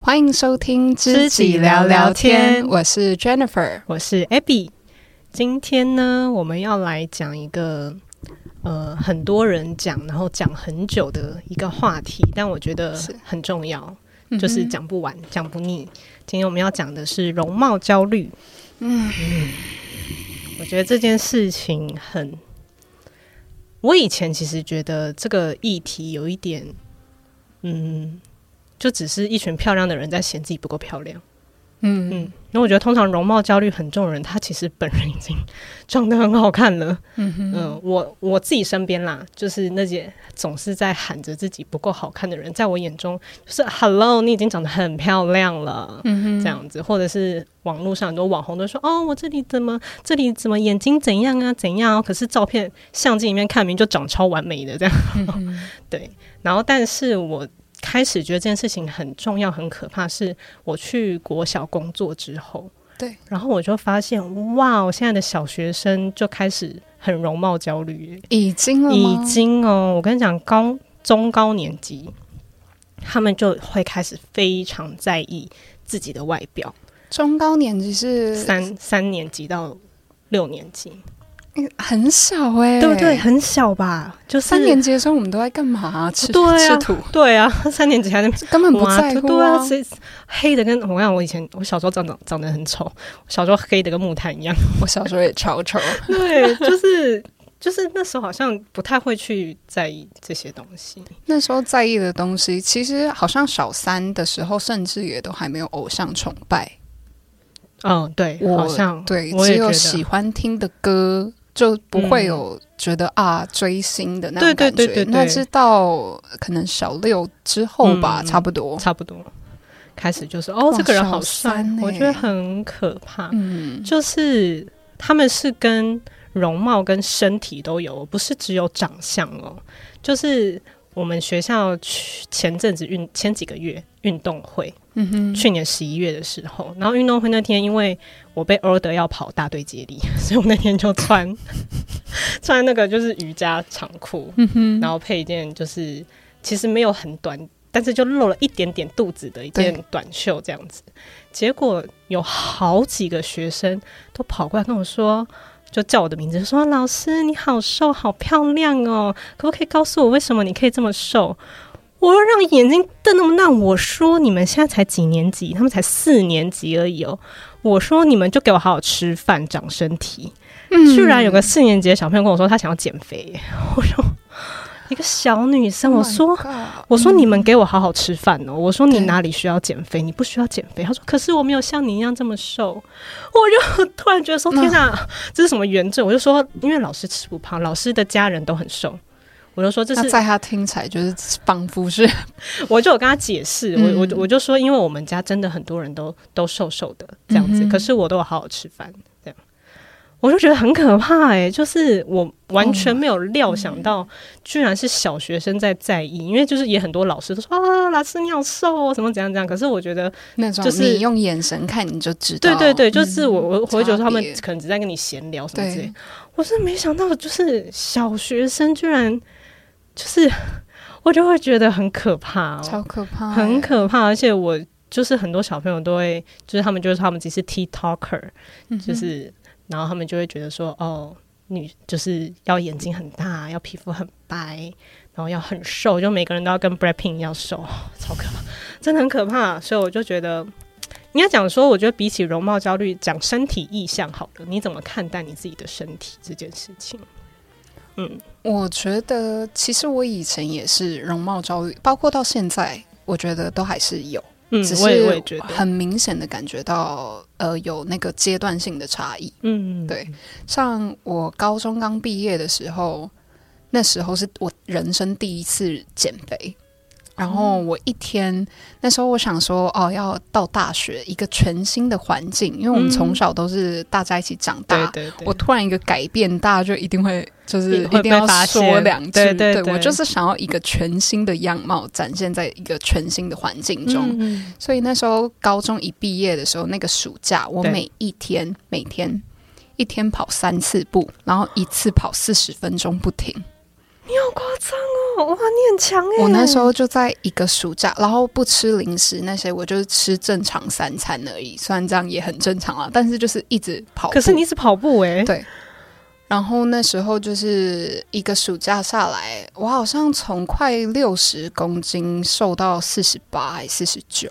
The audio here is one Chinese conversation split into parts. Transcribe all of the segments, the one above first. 欢迎收听《知知己己聊聊聊聊天天》，我是 Jennifer。我是 Abby。今天呢，我们要来讲一个呃，很多人讲，然后讲很久的一个话题，但我觉得是很重要，就是讲不完，讲不腻。今天我们要讲的是容貌焦虑。嗯，我觉得这件事情很，我以前其实觉得这个议题有一点，嗯，就只是一群漂亮的人在嫌自己不够漂亮。嗯嗯，那我觉得通常容貌焦虑很重的人，他其实本人已经 长得很好看了。嗯嗯，我我自己身边啦，就是那些总是在喊着自己不够好看的人，在我眼中就是 “hello”，你已经长得很漂亮了，嗯、这样子，或者是网络上很多网红都说：“哦，我这里怎么这里怎么眼睛怎样啊怎样啊、可是照片相机里面看明明就长超完美的这样。嗯对，然后但是我开始觉得这件事情很重要、很可怕，是我去国小工作之后，对，然后我就发现，哇，我现在的小学生就开始很容貌焦虑耶，已经了已吗？经哦，我跟你讲，高中高年级，他们就会开始非常在意自己的外表，中高年级是三三年级到六年级，很少哎、对不对？？很小吧，就三年级，级的时候我们都在干嘛、吃对啊吃土，对啊， 三年级还在那边根本不哇在乎对啊啊，。谁黑的跟我讲，我以前我小时候长长长得很丑，我小时候黑的跟木炭一样。 我小时候也超丑，对，就是就是那时候好像不太会去在意这些东西。 那时候在意的东西，其实好像小三的时候，甚至也都还没有偶像崇拜。嗯，对，我好像对，我只也觉有得嗯喜欢听的歌，就不会有觉得、啊追星的那种对对感觉。对对对那是到可能小六之后吧，嗯差不多。差不多开始就是哦，这个人好小帅三，欸我觉得很可怕。嗯，就是他们是跟容貌跟身体都有，不是只有长相哦。就是我们学校去前阵子运前几个月运动会，嗯哼，去年十一月的时候，然后运动会那天，因为我被 order 要跑大队接力， 所以我那天就穿 穿那个就是瑜伽长裤，嗯然后配一件就是其实没有很短，但是就露了一点点肚子的一件对短袖这样子。结果有好几个学生都跑过来跟我说。就叫我的名字，说老师你好瘦，好漂亮哦，可不可以告诉我为什么你可以这么瘦？我要让眼睛瞪那么大，我说你们现在才几年级？他们才四年级而已哦。我说你们就给我好好吃饭，长身体。嗯嗯居然有个四年级的小朋友跟我说他想要减肥，我说一个小女生，我说 Oh my god 我说你们给我好好吃饭哦！我说你对哪里需要减肥？你不需要减肥。他说可是我没有像你一样这么瘦，我就突然觉得说天哪，嗯这是什么原罪？我就说因为老师吃不胖，老师的家人都很瘦。我就说这那是，在他听起来就是仿佛是我就有跟他解释，嗯我我我就说因为我们家真的很多人都都瘦瘦的这样子，嗯哼可是我都有好好吃饭这样。我就觉得很可怕哎、就是我完全没有料想到，嗯居然是小学生在在意，因为就是也很多老师都说啊，老师你好瘦哦，什么怎样怎样。可是我觉得那种，就是你用眼神看你就知道。嗯对对对，就是我我我会觉得他们差别可能只在跟你闲聊什么之类对。，我是没想到，就是小学生居然就是， 我就会觉得很可怕、超哦，可怕，很。可怕。而且我就是很多小朋友都会，就是他们就是他们自己是 TikToker，、就是嗯然后他们就会觉得说，哦，女就是要眼睛很大，要皮肤很白，然后要很瘦，就每个人都要跟 Blackpink 一样瘦，超可怕，真的很可怕。所以我就觉得。应该讲说，我觉得比起容貌焦虑，讲身体意向好了。你怎么看待你自己的身体这件事情？嗯，我觉得其实我以前也是容貌焦虑，包括到现在，我觉得都还是有，嗯只，我也我也是觉得，很明显的感觉到呃有那个阶段性的差异。嗯，对，像我高中刚毕业的时候，那时候是我人生第一次减肥，然哦后我一天那时候我想说，哦，要到大学一个全新的环境，因为我们嗯从小都是大家一起长大，对对对，我突然一个改变，大家就一定会就是会一定要被发现说两句，对对对我就是想要一个全新的样貌展现在一个全新的环境中。嗯所以那时候高中一毕业的时候，那个暑假，我对每一天每天一天跑三次步，然后一次跑四十分钟不停。你好夸张哦！哇，你很强哎、我那时候就在一个暑假，然后不吃零食那些，我就是吃正常三餐而已。虽然这样也很正常啊，但是就是一直跑步。可是你一直跑步哎、对，然后那时候就是一个暑假下来，我好像从快六十公斤瘦到四十八还四十九。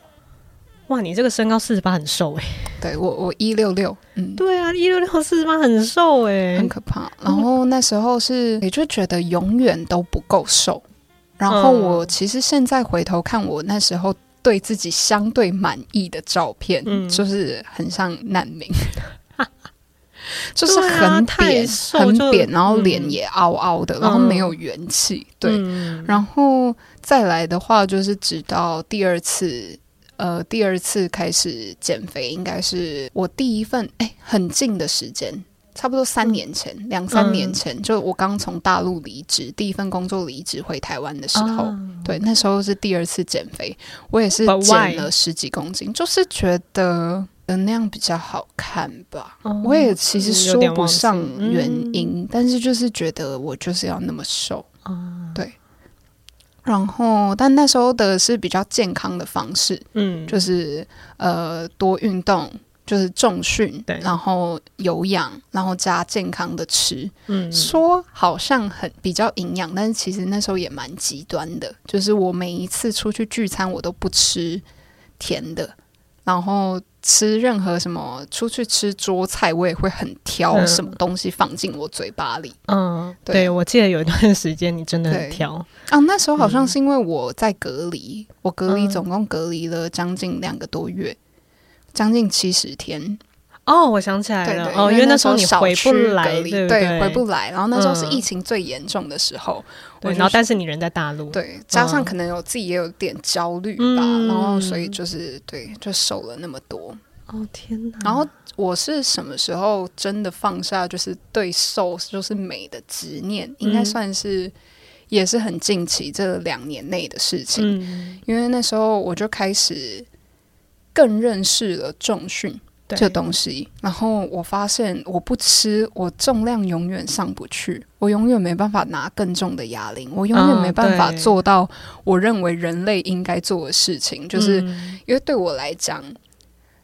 哇，你这个身高四十八很瘦哎、对我，我一六六，嗯，对啊，一六六四十八很瘦哎、很可怕。然后那时候是，也就觉得永远都不够瘦。然后嗯我其实现在回头看我那时候对自己相对满意的照片，嗯就是很像难 民，就是对啊很太扁、瘦很就扁，然后嗯脸也凹凹的，然后没有元气。对，嗯然后再来的话，就是直到第二次，呃，第二次开始减肥，应该是我第一份，哎，很近的时间，差不多三年前，两三年前，就我刚从大陆离职，第一份工作离职回台湾的时候，啊对，那时候是第二次减肥，我也是嗯 But why？减了十几公斤，就是觉得。呃那样比较好看吧，哦我也其实有说点不忘记上嗯原因，但是就是觉得我就是要那么瘦，啊，然后，但那时候的是比较健康的方式，嗯，就是呃多运动，就是重训对，然后有氧，然后加健康的吃。嗯说好像很比较营养，但是其实那时候也蛮极端的，就是我每一次出去聚餐，我都不吃甜的，然后吃任何什么出去吃桌菜，我也会很挑嗯什么东西放进我嘴巴里。嗯，对对，我记得有一段时间你真的很对挑，啊，那时候好像是因为我在隔离，我隔离嗯总共隔离了将近两个多月，将近七十天。哦，我想起来对了，对，哦，因为为那时时候你小回不区来，隔离对不对，对，回不来。然后那时候是嗯疫情最严重的时候，对我就然后但是你人在大陆，对，加上嗯可能有自己也有点焦虑吧，然后所以就是对，就瘦了那么多。哦天哪，然后我是什么时候真的放下，就是对瘦就是美的执念，应该嗯算是、也是很近期这两年内的事情。嗯，因为那时候我就开始更认识了重训对，这东西，然后我发现我不吃，我重量永远上不去，我永远没办法拿更重的哑铃，我永远嗯没办法对做到我认为人类应该做的事情，就是嗯因为对我来讲，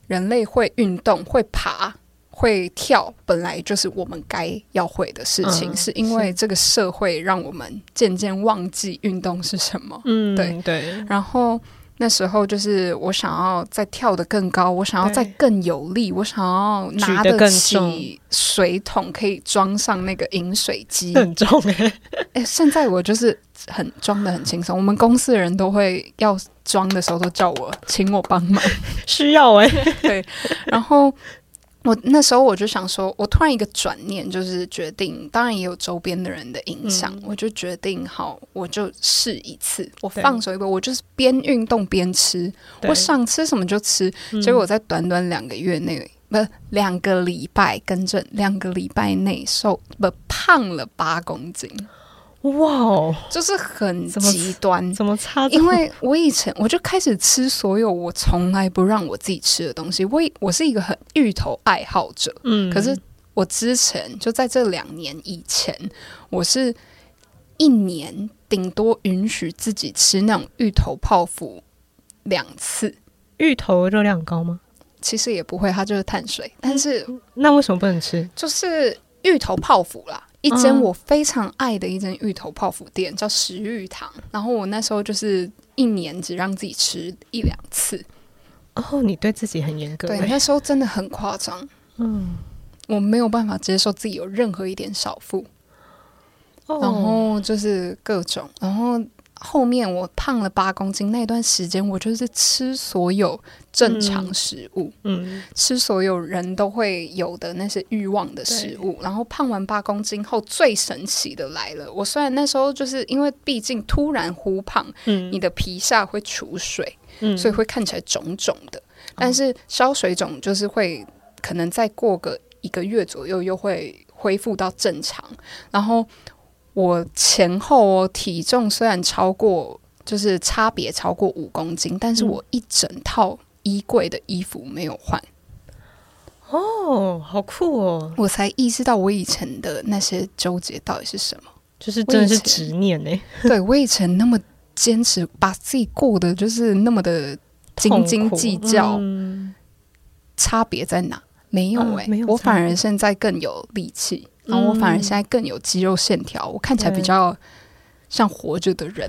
人类会运动、会爬、会跳，本来就是我们该要会的事情，嗯是因为这个社会让我们渐渐忘记运动是什么。嗯，对对，然后那时候就是我想要再跳得更高，我想要再对更有力，我想要拿举得得更起水桶，可以装上那个饮水机这。很重哎，哎，现在我就是很装的很轻松，我们公司的人都会要装的时候都叫我请我帮 忙。需要哎，然后我那时候我就想说，我突然一个转念，就是决定，当然也有周边的人的影响，嗯我就决定好，我就试一次，我对放手一搏，我就是边运动边吃，我对嗯想吃什么就吃。结果我在短短两个月内。不，两个礼拜跟正，两个礼拜内瘦不胖了八公斤，哇哦，就是很怎么极端。怎么差这因么？为我以前我就开始吃所有我从来不让我自己吃的东西，我以我是一个很芋头爱好者，嗯，可是我之前就在这两年以前，我是一年顶多允许自己吃那种芋头泡芙两次，芋头热量高吗？其实也不会，它就是碳嗯水，但是那为什么不能吃？就是芋头泡芙啦，一间嗯我非常爱的一间芋头泡芙店叫食欲堂，然后我那时候就是一年只让自己吃一两次。哦，你对自己很严格对，欸，那时候真的很夸张，嗯，我没有办法接受自己有任何一点少腹，哦然后就是各种，然后后面我胖了八公斤那段时间，我就是吃所有正常食物，嗯，吃所有人都会有的那些欲望的食物，然后胖完八公斤后，最神奇的来了，我虽然那时候就是因为毕竟突然忽胖，嗯你的皮下会储水，嗯所以会看起来肿肿的。但是消水肿就是会可能再过个一个月左右又会恢复到正常。然后我前后哦体重虽然超过，就是差别超过五公斤，但是我一整套衣柜的衣服没有换，哦，好酷哦，哦我才意识到我以前的那些纠结到底是什么。 就是真的是执念欸呢、对我以前那么坚持，把自己过得就是那么的斤斤痛苦计较，嗯差别在哪？没有嗯哎、没有我差反而别现在更有力气，然后我反而嗯现在更有肌肉线条，我看起来比对较像活着的 人，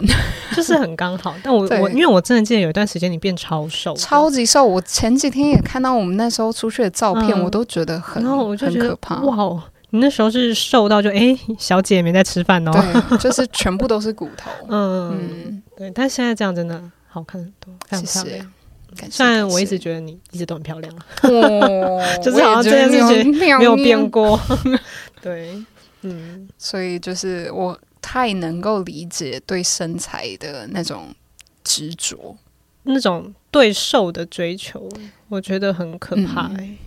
就是很刚好。但我 对我因为我真的记得有一段时间你变超瘦的，超级瘦。我前几天也看到我们那时候出去的照片，嗯我都觉得很然后我就很觉可得怕。哇哦，你那时候是瘦到就哎、小姐没在吃饭哦。对，就是全部都是骨头。 嗯，嗯，对。但现在这样真的好看很多，非常谢漂谢亮。。感谢虽然我一直感谢觉得你一直都很漂亮啊， 哦就是好像我也觉得这件事情没有没有 变过。对，嗯，所以就是我太能够理解对身材的那种执着。那种对瘦的追求，我觉得很可怕、嗯欸。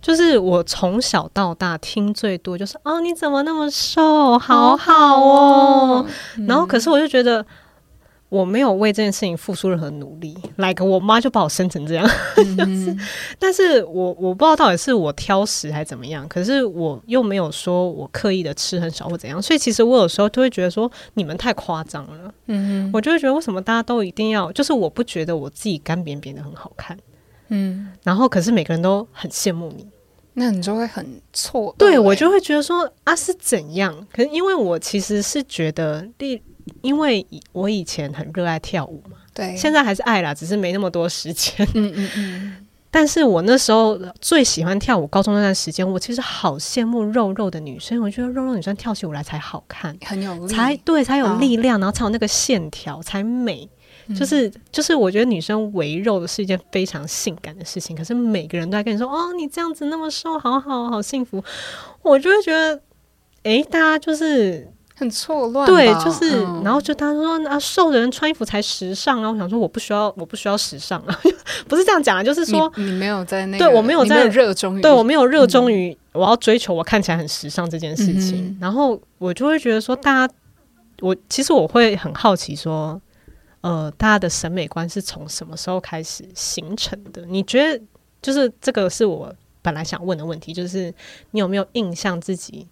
就是我从小到大听最多就是哦，你怎么那么瘦，好好哦。然后可是我就觉得我没有为这件事情付出任何努力，like 我妈就把我生成这样。嗯，但是我我不知道到底是我挑食还是怎么样，可是我又没有说我刻意的吃很少或怎样，所以其实我有时候都会觉得说你们太夸张了，嗯我就会觉得为什么大家都一定要，就是我不觉得我自己干扁扁的很好看，嗯，然后可是每个人都很羡慕你，那你就会很错愕欸。对我就会觉得说啊是怎样？可是因为我其实是觉得例。因为以我以前很热爱跳舞嘛，对，现在还是爱啦，只是没那么多时间。嗯嗯嗯，但是我那时候最喜欢跳舞，高中那段时间，我其实好羡慕肉肉的女生，我觉得肉肉女生跳起舞来才好看，很有力，才对，才有嗯力量，然后才有那个线条，才美。嗯就是就是，我觉得女生围肉的是一件非常性感的事情，可是每个人都在跟你说：“哦，你这样子那么瘦，好好好幸福。”我就会觉得，诶，大家就是很错乱吧。对，就是，嗯然后就他说啊，瘦的人穿衣服才时尚啊。我想说，我不需要，我不需要时尚啊，不是这样讲啊，就是你说，你没有在那个，对我没有你在热衷于，对我没有热衷于我要追求我看起来很时尚这件事情，嗯嗯哼然后我就会觉得说，大家，我其实我会很好奇说，呃，大家的审美观是从什么时候开始形成的？你觉得就是这个是我本来想问的问题，就是你有没有印象自己？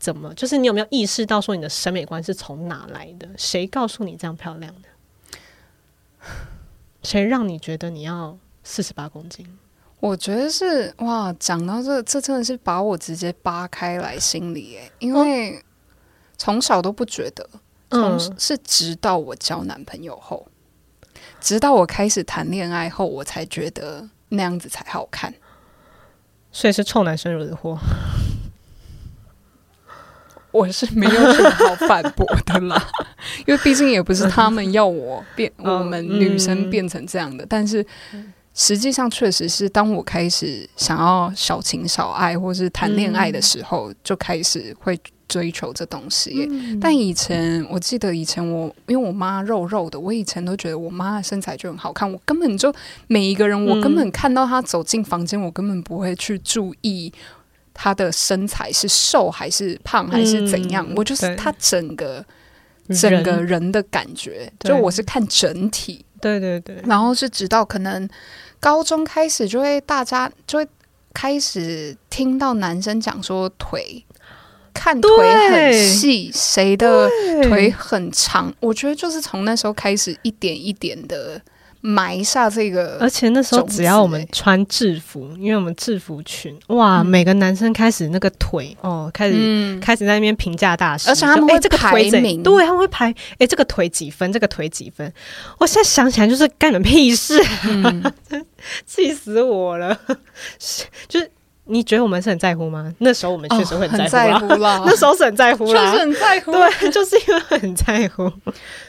怎么？就是你有没有意识到说你的审美观是从哪来的？谁告诉你这样漂亮的？谁让你觉得你要四十八公斤？我觉得是哇，讲到这，这真的是把我直接扒开来心里诶，因为从小都不觉得，从、是直到我交男朋友后，直到我开始谈恋爱后，我才觉得那样子才好看。所以是臭男生惹的祸。我是没有什么好反驳的啦， 因为毕竟也不是他们要我变，嗯我们女生变成这样的。但是实际上，确实是当我开始想要小情小爱，或是谈恋爱的时候，就开始会追求这东西。嗯但以前我记得，以前我因为我妈肉肉的，我以前都觉得我妈的身材就很好看，我根本就每一个人，我嗯根本看到她走进房间，我根本不会去注意她的身材是瘦还是胖还是怎样，嗯我就是对她整个整个人人的感觉，对就我是看整体，对对对，然后是直到可能高中开始，就会大家就会开始听到男生讲说腿。看腿很对细，谁的腿很长，我觉得就是从那时候开始，一点一点的埋下这而个，且那时候只要我们穿制服，因为我们制服裙，哇，欸嗯每个男生开始那个腿哦，开始、嗯，开始在那边评价大师，而且他们就哎会这个腿排怎名对，他们会排，哎、这个腿几分，这个腿几分。我现在想起来就是干你们屁事，嗯 气死我了。是就是你觉得我们是很在乎吗？那时候我们确实会哦很在在乎啦，啊乎啦， 那时候是很在乎确啦实，很在乎，啊对，就是因为很在乎，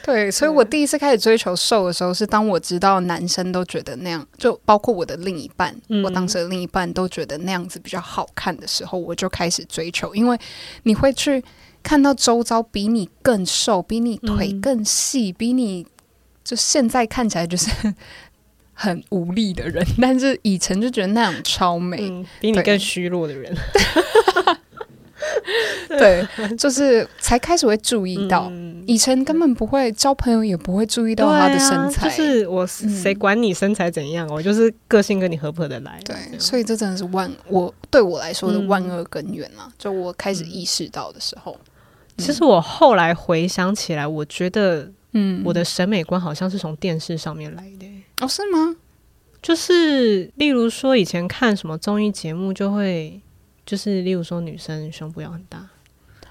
对，所以我第一次开始追求瘦的时候，是当我知道男生都觉得那样，就包括我的另一半，嗯我当时的另一半都觉得那样子比较好看的时候，我就开始追求，因为你会去看到周遭比你更瘦、比你腿嗯更细、比你就现在看起来就是 很无力的人，但是以前就觉得那样超美，嗯，比你对更虚弱的人。对， 就是才开始会注意到。嗯以前根本不会交朋友，也不会注意到对他的啊身材，就是我嗯谁管你身材怎样，我就是个性跟你合不合得来。对，所以这真的是嗯啊万我对我来说的万恶根源啊！就我开始意识到的时候，其实我后来回想起来，我觉得嗯，我的审美观好像是从电视上面来的欸、哦是吗？就是例如说以前看什么综艺节目，就会就是例如说女生胸部要很大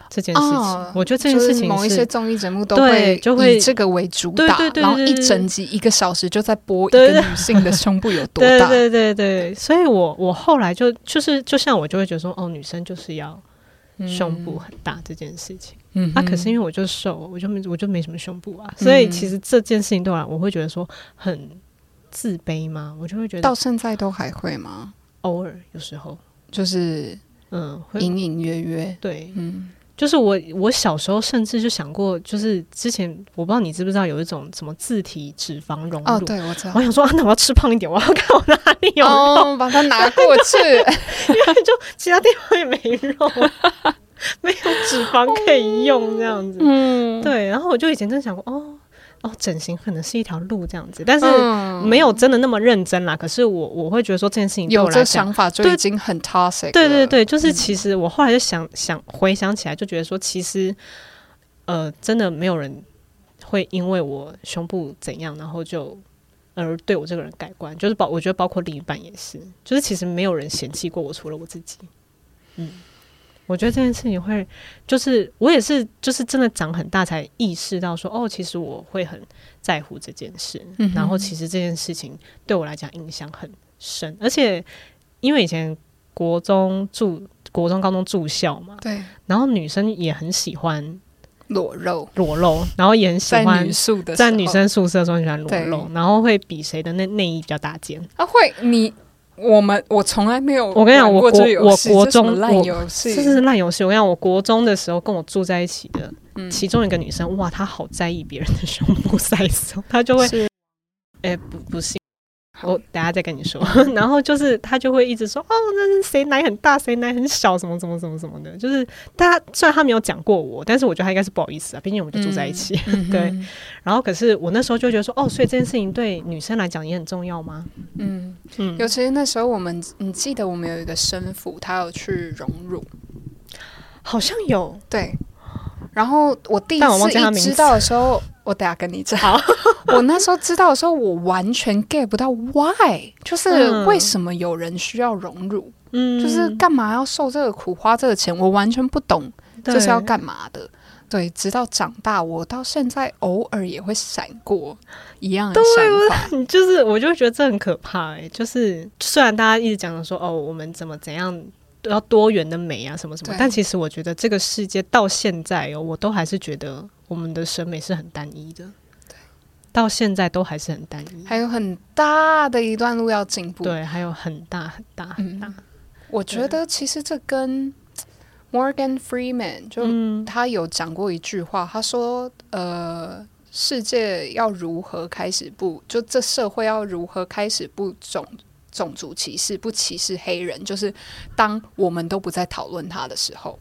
这件事情，哦我觉得这件事就是情某一是些综艺节目都对会就会以这个为主对打，对对然后对一对整集一个小时就在播一对个女性的胸部有多大，对对对对，所以我我后来就就是就像我就会觉得说，哦，女生就是要嗯胸部，很大这件事情。嗯嗯啊，哼可是因为我就瘦，我就没我就没什么胸部啊，所以其实这件事情对我来，我会觉得说很自卑吗？我就会觉到得现在都还会吗？偶尔有时候，就是嗯，会隐隐约约，对，嗯，就是我我小时候甚至就想过，就是之前我不知道你知不知道有一种什么自体脂肪溶乳。哦，对，我知道我。想说啊，那我要吃胖一点，我要看我哪里有肉，哦，把它拿过 去，就其他地方也没肉啊，没有脂肪可以用这样子。 嗯，对，然后我就以前真的想过，哦哦，整形可能是一条路这样子，但是嗯没有真的那么认真啦。可是我我会觉得说这件事情对我有这来讲，想法就对已经很 toxic，了对对，对，就是嗯其实我后来就想想回想起来，就觉得说其实呃，真的没有人会因为我胸部怎样，然后就。而对我这个人改观，就是包我觉得包括另一半也是，就是其实没有人嫌弃过我，除了我自己。嗯，我觉得这件事情会，就是我也是，就是真的长很大才意识到说，哦，其实我会很在乎这件事，嗯哼然后其实这件事情对我来讲影响很深，而且因为以前国中住国中高中住校嘛，对，然后女生也很喜欢裸肉裸露，然后也很喜在欢女宿的时在候女生宿舍的时候很喜欢裸露，对然后会比谁的内内衣比较大件。啊会你我们我从来没有我跟你讲玩我过这国个游戏我国这什么中烂我游这戏，是烂游戏。我跟你讲，我国中的时候跟我住在一起的嗯其中一个女生，哇，她好在意别人的胸部 size，哦她就会，是哎、不不是，好我哦等下再跟你说。 然后就是她就会一直说，哦，那是谁奶很大，谁奶很小，什么什么什么什么的。就是她虽然她没有讲过我，但是我觉得她应该是不好意思啊，毕竟我们就住在一起。，嗯对， 然后可是我那时候就觉得说，哦，所以这件事情对女生来讲也很重要吗？嗯嗯嗯，尤其是那时候我们，你记得我们有一个生父，他有去荣辱，好像有，对。然后我第一但我忘次记他一名字知道的时候，我等下跟你讲。 我那时候知道的时候，我完全 get 不到 why，就是嗯为什么有人需要荣辱，嗯就是干嘛要受这个苦，花这个钱，我完全不懂这是要对干嘛的。对，直到长大，我到现在偶尔也会闪过一样的想法。你就是，我就觉得这很可怕哎、就是虽然大家一直讲的说哦，我们怎么怎样都要多元的美啊，什么什么对，但其实我觉得这个世界到现在哦，我都还是觉得我们的审美是很单一的，到现在都还是很单一，还有很大的一段路要进步。对，还有很大很大嗯很大，我觉得其实这跟 Morgan Freeman 就嗯他有讲过一句话，他说：“呃，世界要如何开始不就这社会要如何开始不种种族歧视，不歧视黑人，就是当我们都不再讨论它的时候，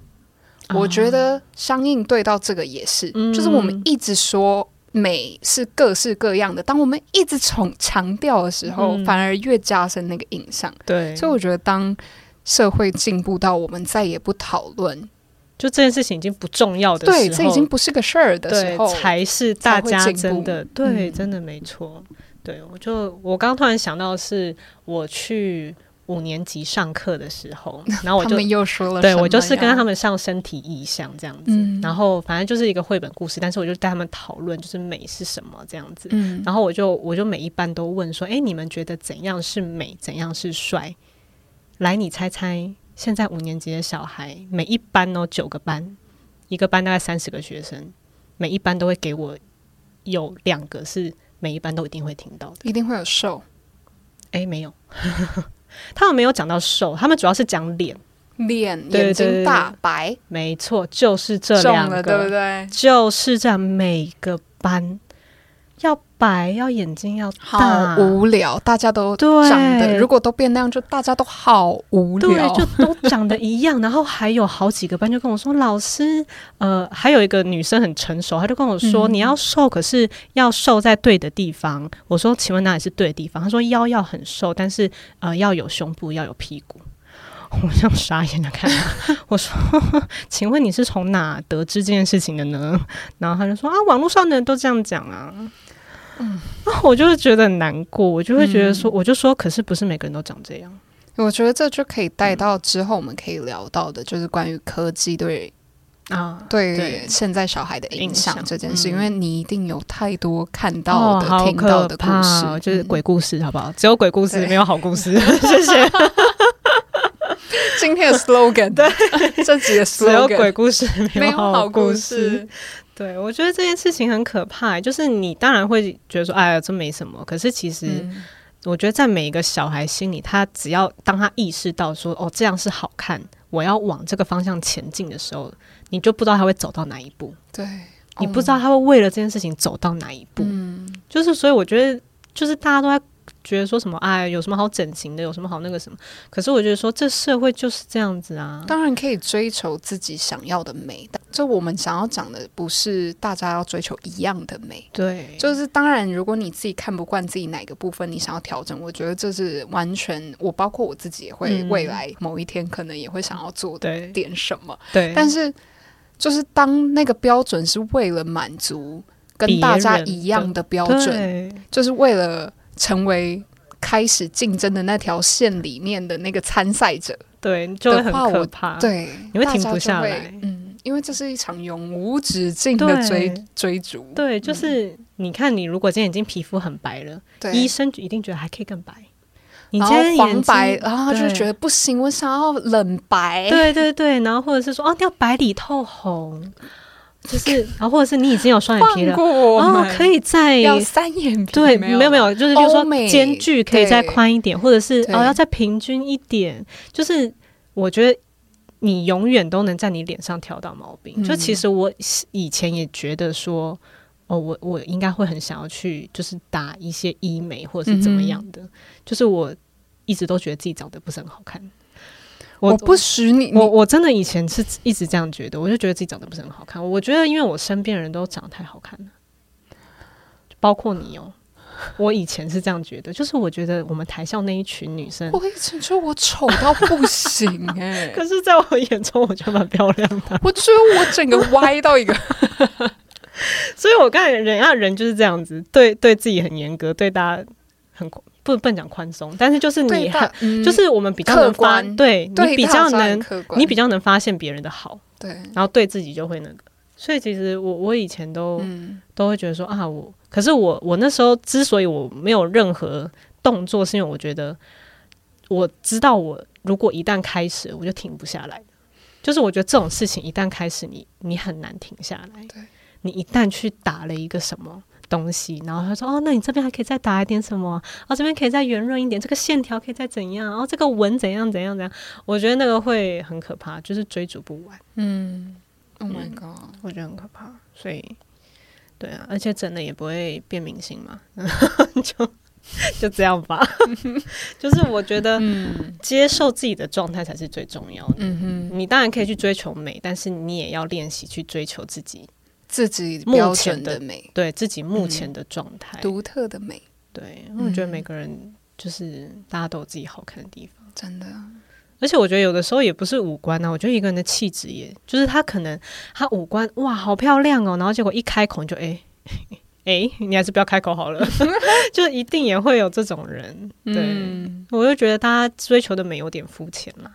我觉得相应对到这个也是，啊嗯就是我们一直说。”美是各式各样的，当我们一直重强调的时候，嗯反而越加深那个印象。对，所以就我觉得，当社会进步到我们再也不讨论，就这件事情已经不重要的时候，对，这已经不是个事儿的时对候，才是大家真的才会进步对，嗯真的没错。对，我就我刚突然想到的是我去五年级上课的 时候，然后我他就们又说了什么对呀，我就是跟他们上身体意象这样子，嗯然后反正就是一个绘本故事，但是我就带他们讨论就是美是什么这样子，嗯，然后我就我就每一班都问说，哎，你们觉得怎样是美，怎样是帅？来，你猜猜，现在五年级的小孩，每一班哦，九个班，一个班大概三十个学生，每一班都会给我有两个是每一班都一定会听到的。一定会有瘦哎，没有， 他们没有讲到瘦，他们主要是讲脸。脸、对眼对睛对大、白，没错，就是这中两个，了，对不对？就是这样，每个班要白，要眼睛要大好，无聊，大家都对长得，如果都变那样，就大家都好无对聊，。就都长得一样。然后还有好几个班就跟我说，老师，呃，还有一个女生很成熟，她就跟我说，嗯你要瘦，可是要瘦在对的地方。我说，请问哪里是对的地方？她说腰要很瘦，但是呃要有胸部，要有屁股。 我这样傻眼的看他， 我说：“请问你是从哪得知这件事情的呢？”然后他就说：“啊，网络上的人都这样讲啊。”嗯，啊，我就会觉得很难过，我就会觉得说，嗯我就说，可是不是每个人都长这样。我觉得这就可以嗯带到之后我们可以聊到的，就是关于科技对啊，对对现在小孩的影影响响这件事，嗯因为你一定有太多看到的、哦好听到的可故怕事哦，就是嗯鬼故事，好不好？只有鬼故事， 对没有好故事。谢谢。 今 天的 slogan，对 这集的只有 slogan 鬼 故事，没没有有好好故故事事。。对，我觉得这件事情很可怕，欸就是你当然会觉得说，哎呀，这没什么。可是其实，嗯我觉得在每一个小孩心里，他只要当他意识到说，哦，这样是好看，我要往这个方向前进的时候，你就不知道他会走到哪一步，对，哦你不知道他会为了这件事情走到哪一步。嗯，就是所以我觉得，就是大家都在觉得说什么，哎，有什么好整形的，有什么好那个什么。可是我觉得说，这社会就是这样子啊。当然可以追求自己想要的美，但就我们想要讲的不是大家要追求一样的美。对，就是当然，如果你自己看不惯自己哪个部分，你想要调整，我觉得这是完全我包括我自己也会，嗯未来某一天可能也会想要做对点什么。对，但是，就是当那个标准是为了满足跟别大家人一的样的标准，对就是为了成为开始竞争的那条线里面的那个参赛者，对，你就会的很话可我怕。，对，啊你会大停家不就下会来嗯，因为这是一场永无止境的追对追逐，对，就是你看，你如果今天已经皮肤很白了，对，医生就一定觉得还可以更白。你然今后天眼黄睛白，哎然后就对觉得不行，我想要冷白，对对对，然后或者是说哦，你要白里透红，就是，然后或者是你已经有双眼皮放了，过我哦们，，可以再要三眼皮，对，没有没，有，就是就欧是说美间距可以再对宽一点，或者是对哦要再平均一点，就是我觉得。你永远都能在你脸上挑到毛病。就其嗯实我以前也觉得说，哦，我我应该会很想要去，就是打一些医美或者是怎么样的。就是我一直都觉得自己长得不是很好看。我不许你，我你我真的以前是一直这样觉得，我就觉得自己长得不是很好看。我觉得因为我身边的人都长得太好看了，包括你哦。我以前是这样觉得，就是我觉得我们台校那一群女生，我以前觉得我丑到不行哎、 可是在我眼中我觉得蛮漂亮的。我觉得我整个歪到 一个，所以我刚才人啊人就是这样子，对对自己很严格，对大家很宽不不能讲宽松，但是就是你很吧？嗯就是我们比较能客发，观对对你比大较家很能客观，你比较能发现别人的好，对，然后对自己就会那个。所以其实我我以前都。嗯，都会觉得说啊，我可是我我那时候之所以我没有任何动作，是因为我觉得我知道我如果一旦开始，我就停不下来了就是我觉得这种事情一旦开始你，你很难停下来对。你一旦去打了一个什么东西，然后他说哦，那你这边还可以再打一点什么，哦这边可以再圆润一点，这个线条可以再怎样，哦这个纹怎样怎样怎样，我觉得那个会很可怕，就是追逐不完。嗯，Oh my god，我觉得很可怕，所以对啊，而且整的也不会变明星嘛， 就就这样吧。就是我觉得嗯接受自己的状态才是最重要的。嗯哼，你当然可以去追求美，但是你也要练习去追求自己自己目标前准的的美，对自己目前的状态。独特的美，对，因为我觉得每个人就是大家都有自己好看的地方。真的，而且我觉得有的时候也不是五官啊，我觉得一个人的气质也，就是他可能他五官哇好漂亮哦，然后结果一开口你就 哎哎、你还是不要开口好了， 就一定也会有这种人。对，嗯我就觉得大家追求的美有点肤浅啦，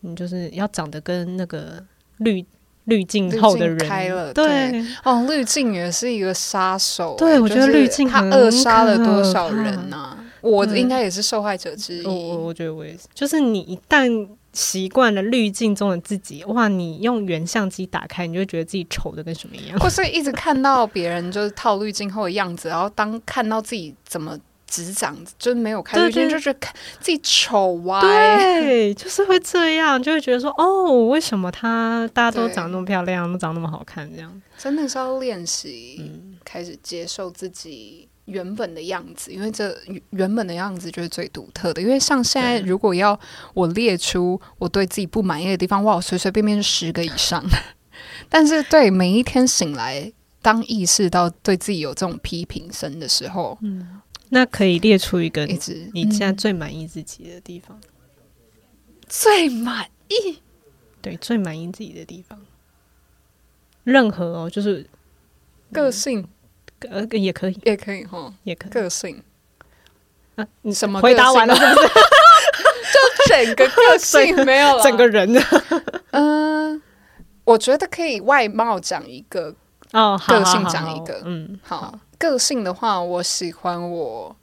你就是要长得跟那个滤滤镜后的嗯滤镜人开了对哦，滤镜也是一个杀手欸、对我觉得就是滤镜他很扼杀了可多少怕人呐、我对应该也是受害者之一。我我我觉得我也是，就是你一旦习惯了滤镜中的自己，哇，你用原相机打开，你就会觉得自己丑的跟什么 一样。或是一直看到别人就是套滤镜后的样子，然后当看到自己怎么只长，就是没有开滤镜，对对就觉得看自己丑啊歪。对，就是会这样，就会觉得说，哦，为什么她大家都对长那么漂亮，都长那么好看，这样。真的是要练习，嗯开始接受自己原本的样子，因为这原本的样子就是最独特的。因为像现在，对如果要我列出我对自己不满意的地方，哇，我随随便便就十个以上。 但是对每一天醒来，当意识到对自己有这种批评声的时候，嗯那可以列出一个一直嗯你现在最满意自己的地方，最满意。对，最满意自己的地方。任何哦，就是个性呃也可以，也可以哈，也可以。个性啊，你什么回答完了是不是？就整个个整性没有了， 整个人呢？ 嗯、我觉得可以外貌讲一个，哦，好个性好讲好一个嗯，好个性的话，我喜欢我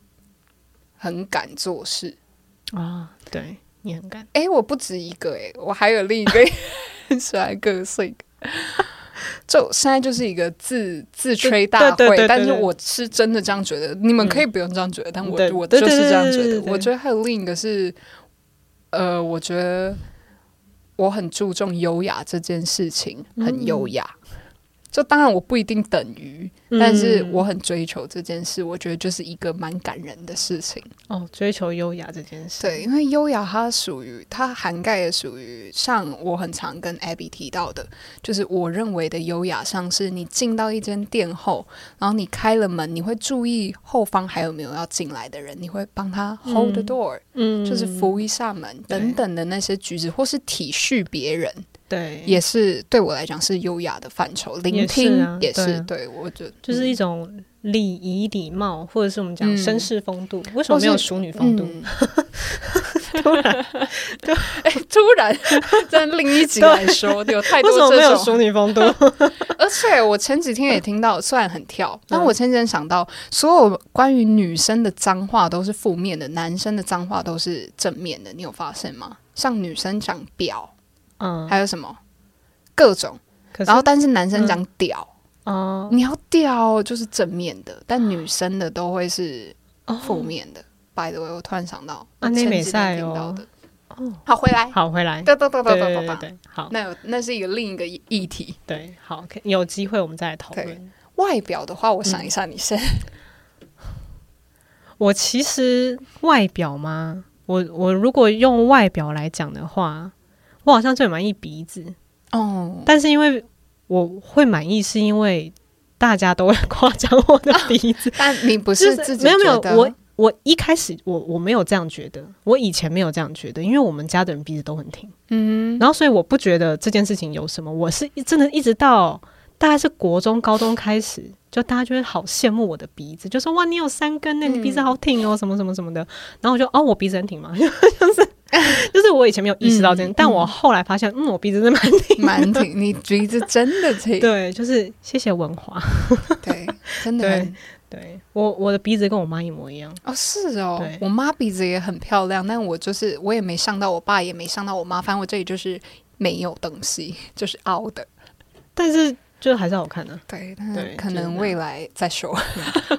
很敢做事。啊，对你很敢，诶，我不止一个诶，我还有另一个也 很喜欢个性。就现在就是一个自自吹大会，对对对对但是对嗯我是真的这样觉得，你们可以不用这样觉得，但对我我就是这样觉对对得对对。对我觉得还有另一个是，呃，我觉得我很注重优雅这件事情，很优嗯雅。就当然我不一定等于，但是嗯我很追求这件事，我觉得就是一个蛮感人的事情。哦追求优雅这件事，对，因为优雅它属于它涵盖的属于像我很常跟 Abby 提到的，就是我认为的优雅，像是你进到一间店后，然后你开了门，你会注意后方还有没有要进来的人，你会帮他 hold the door，、嗯就是扶一下门对等等的那些举止，或是体恤别人，对，也是对我来讲是优雅的范畴。聆也是听啊也是，对啊对我觉得就是一种礼仪礼貌，或者是我们讲嗯绅士风度，为什么没有或是淑女风嗯度？ 突 然，哎、突然 在另一集来 说，有 太为多什么没这有种。淑女风度？而且我前几天也听到，虽然很嗯跳，但我前几天想到，所有关于女生的脏话都是负面的，男生的脏话都是正面的。你有发现吗？像女生讲“婊”，嗯，还有什么各种， 可是嗯然后但是男生讲“屌”，哦你要“屌”就是正面的，啊但女生的都会是负面的。By the way，我突然想到，哦啊那前美几赛天听到哦的。哦，好，回来。好，回来，对哒哒哒哒对哒对哒对哒。对，好，那有那是一个另一个议题。对好，可有机会我们再来讨对论。外表的话，我想一下，你先。我其实外表嘛，我我如果用外表来讲的话，我好像最满意鼻子，哦，但是因为我会满意，是因为大家都会夸奖我的鼻子，但你不就是自己没有没有觉得我。我一开始我我没有这样觉得，我以前没有这样觉得，因为我们家的人鼻子都很挺，嗯 然后所以我不觉得这件事情有什么。我是一真的一直到大概是国中、高中开始，就大家就会好羡慕我的鼻子，就说哇，你有三根呢、嗯你鼻子好挺哦，什么什么什么的。然后我就哦，我鼻子很挺嘛， 就是就是我以前没有意识到这件，嗯但我后来发现，嗯，我鼻子真的蛮挺。蛮挺，你鼻子真的挺，对，就是谢谢文华。对，真的很对我我的鼻子跟我妈一模一样。哦，是哦对，我妈鼻子也很漂亮，但我就是我也没上到我爸，也没上到我妈，反正我这里就是没有东西，就是凹的。但是就还是好看的、啊对，但是对可就是能那未来再说。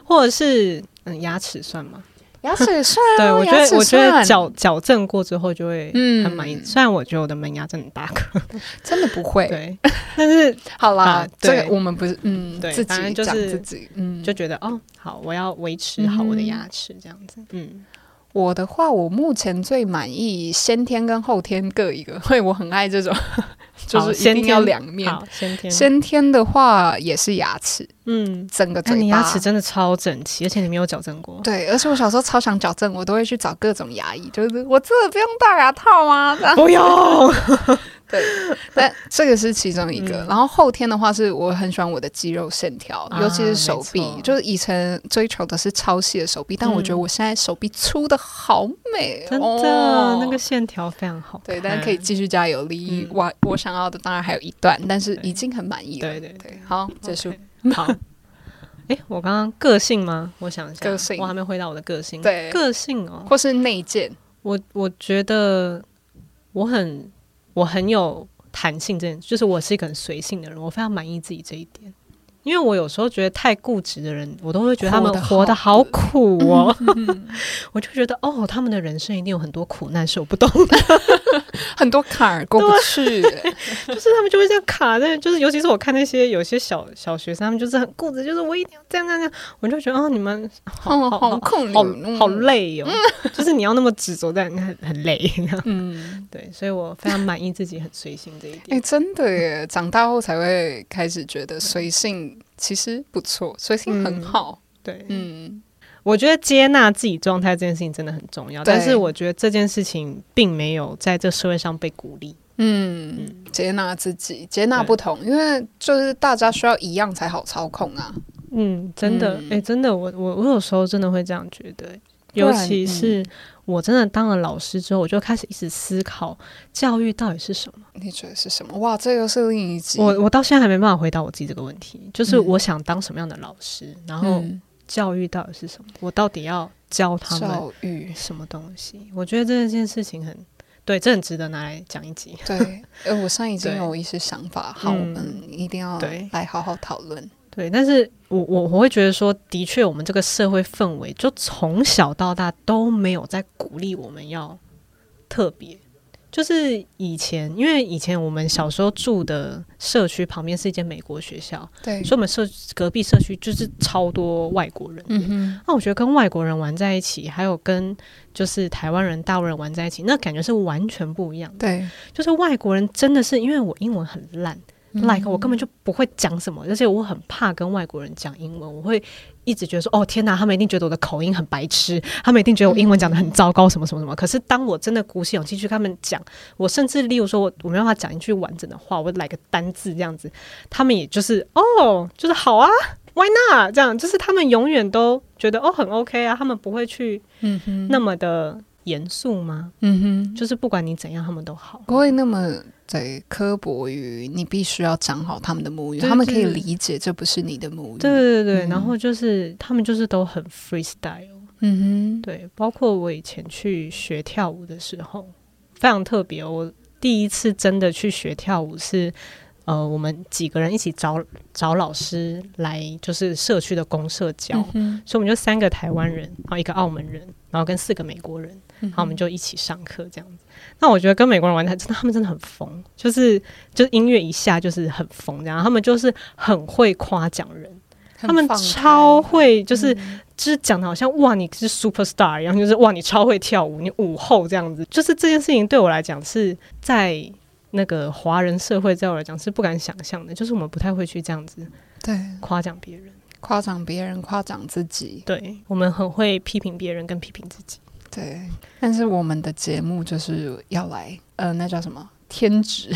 或者是嗯牙齿算吗？ 牙齿算啊， 对我觉牙齿得我觉得算矫矫正过之后就会嗯很满意，虽然我觉得我的门牙真的很大颗，真的不会，对， 但是好啦啊，这个对我们不是，嗯，对自反己正就讲是自己，嗯，就觉得哦，好，我要维持好我的牙齿这样子，嗯，我的话，我目前最满意先天跟后天各一个，因为我很爱 这种，就好是一先定天要两面。好，先天，先天的话也是牙齿，嗯，整个嘴那巴。你牙齿真的超整齐，而且你没有矫正过，对，而且我小时候超想矫正，我都会去找各种牙医，就是我真的不用戴牙套啊吗？这样 不用，对， 但这个是其中一个。嗯然后后天的话，是我很喜欢我的肌肉线条，啊尤其是手臂没错。嗯就是以前追求的是超细的手臂，但我觉得我现在手臂粗的好美，真的哦那个线条非常好，对，但是可以，继续加油。离嗯我我想要的当然还有一段，但是已经很满意了。对对对，好，结束。好。哎，我刚刚个性吗？我想一下，个性我还没回答我的个性。对个性哦， 或是内建，我我觉得我很我很有弹性，这件就是我是一个很随性的人，我非常满意自己这一点。因为我有时候觉得太固执的人，我都会觉得他们活活得得好嗯好苦哦， 我就觉得哦，他们的人生一定有很多苦难是我不懂的，很多坎儿过不 去的。就是他们就会这样卡在，就是尤其是我看那些有些小小学生，他们就是很固执，就是我一定要这样这样这样，我就觉得哦，你们哦，好好困，好嗯好。 累哦，就是你要那么执着在很很累，嗯，对，所以我非常满意自己很随性这一点哎，。真的耶，长大后才会开始觉得随性其实不错，随性很好。嗯对，嗯，我觉得接纳自己状态这件事情真的很重要，对但是我觉得这件事情并没有在这社会上被鼓励。嗯，接纳自己，接纳对不同，因为就是大家需要一样才好操控啊。嗯，真的，诶，嗯真的，我我我有时候真的会这样觉得，不然尤其是我真的当了老师之后，我就开始一直思考教育到底是什么。你觉得是什么？哇，这又是另一集。我我到现在还没办法回答我自己这个问题，就是嗯我想当什么样的老师，然后嗯，教育到底是什么，我到底要教他们 教育，什么东西？我觉得这件事情很对，这很值得拿来讲一集。对，呃，我上一集对有一些想法，好，我嗯们一定要对来好好讨论。对，但是我我我会觉得说，的确，我们这个社会氛围就从小到大都没有在鼓励我们要特别。就是以前，因为以前我们小时候住的社区旁边是一间美国学校，对所以，我们社隔壁社区就是超多外国人。嗯那我觉得跟外国人玩在一起，还有跟就是台湾人、大陆人玩在一起，那感觉是完全不一样哼，的。对就是外国人真的是因为我英文很烂。like 我根本就就不会讲什么，而且我很怕跟外国人讲英文，我会一直觉得说，哦天哪，他们一定觉得我的口音很白痴，他们一定觉得我英文讲的很糟糕，什么什么什么。可是当我真的鼓起勇气去跟他们讲，我甚至例如说我我没办法讲一句完整的话，我来个单字这样子，他们也就是哦，就是好啊，Why not？这样就是他们永远都觉得哦很 OK 啊，他们不会去嗯哼，那么的严肃吗？嗯哼，就是不管你怎样，他们都好。不会那么对刻薄于你必须要讲好他们的母语，对他们可以对理解这不是你的母语。对，对对，对嗯然后就是他们就是都很 freestyle。嗯哼，对，包括我以前去学跳舞的时候，非常特别哦。我第一次真的去学跳舞是，呃，我们几个人一起找找老师来，就是社区的公社教。嗯所以我们就三个台湾人，然后一个澳门人，然后跟四个美国人，哼，然后我们就一起上课这样子。那我觉得跟美国人玩的，真的他们真的很疯，就是就是音乐一下就是很疯这样，然后他们就是很会夸奖人，很他们放开超会就是嗯就是讲的好像哇你是 super star 一样，就是哇你超会跳舞，你舞后这样子，就是这件事情对我来讲是在那个华人社会，在我来讲是不敢想象的，就是我们不太会去这样子对夸奖别人，夸奖别人，夸奖自己。对我们很会批评别人跟批评自己，对，但是我们的节目就是要来，呃，那叫什么天职？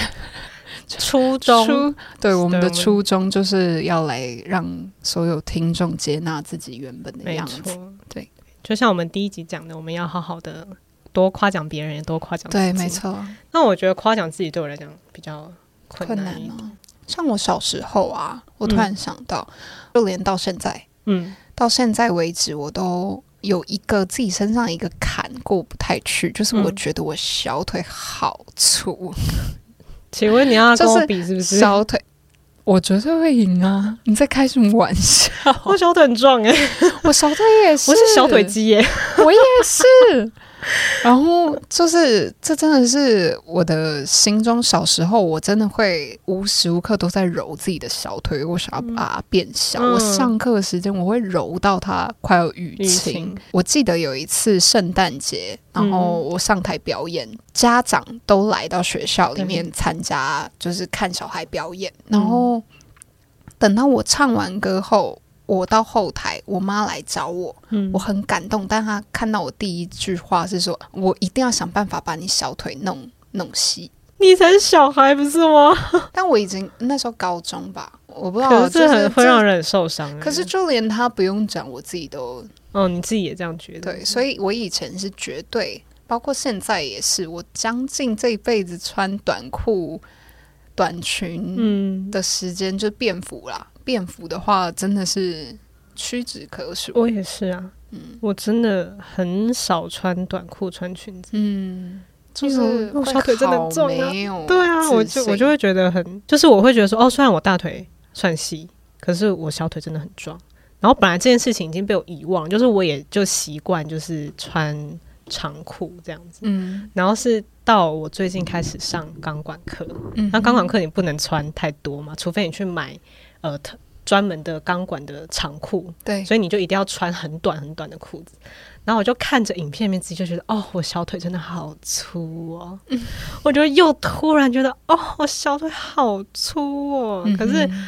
初中初对我们的对我们初衷就是要来让所有听众接纳自己原本的没样子。错，对，就像我们第一集讲的，我们要好好的多夸奖别人，也多夸奖自己对，没。错，那我觉得夸奖自己对我来讲比较困困难难一点。哦。像我小时候啊，我突嗯然想到，就连到现在，嗯，到现在为止，我都有一个自己身上一个坎过不太去，就是我嗯觉得我小腿好粗，请问你要跟 就我是比是不是？小腿。我绝对会赢啊！你在开什么玩笑？ 我小腿很壮哎、 我小腿也是，我是小腿肌耶、 我也是。然后就是，这真的是我的心中。小时候，我真的会无时无刻都在揉自己的小腿，我想要把它变小。嗯我上课的时间，我会揉到它快要淤淤青。青我记得有一次圣诞节，然后我上台表演，家长都来到学校里面参加，就是看小孩表演。然后嗯等到我唱完歌后，我到后台，我妈来找我，嗯我很感动，但他看到我第一句话是说：“我一定要想办法把你小腿弄弄细。你才是小孩不是吗？”但我已经那时候高中吧，我不知道，可是就是这很会让人。人很受伤欸、可是就连他不用讲，我自己都哦，你自己也这样觉得？对，所以我以前是绝对，包括现在也是，我将近这一辈子穿短裤、短裙嗯，的时间就便服啦。便服的话，真的是屈指可数。我也是啊。嗯我真的很少穿短裤、穿裙子。嗯，就因为是我我会小腿真的好重啊没有对啊，我就自我信就会觉得很，就是我会觉得说，哦，虽然我大腿算细，可是我小腿真的很壮。然后本来这件事情已经被我遗忘，就是我也就习惯就是穿长裤这样子。嗯，然后是到我最近开始上钢管课，嗯那钢管哼课你不能穿太多嘛，除非你去买呃特专门的钢管的长裤，对，所以你就一定要穿很短很短的裤子。然后我就看着影片里面自己就觉得，哦，我小腿真的好粗哦。嗯 我就又突然觉得，哦，我小腿好粗哦。可是嗯哼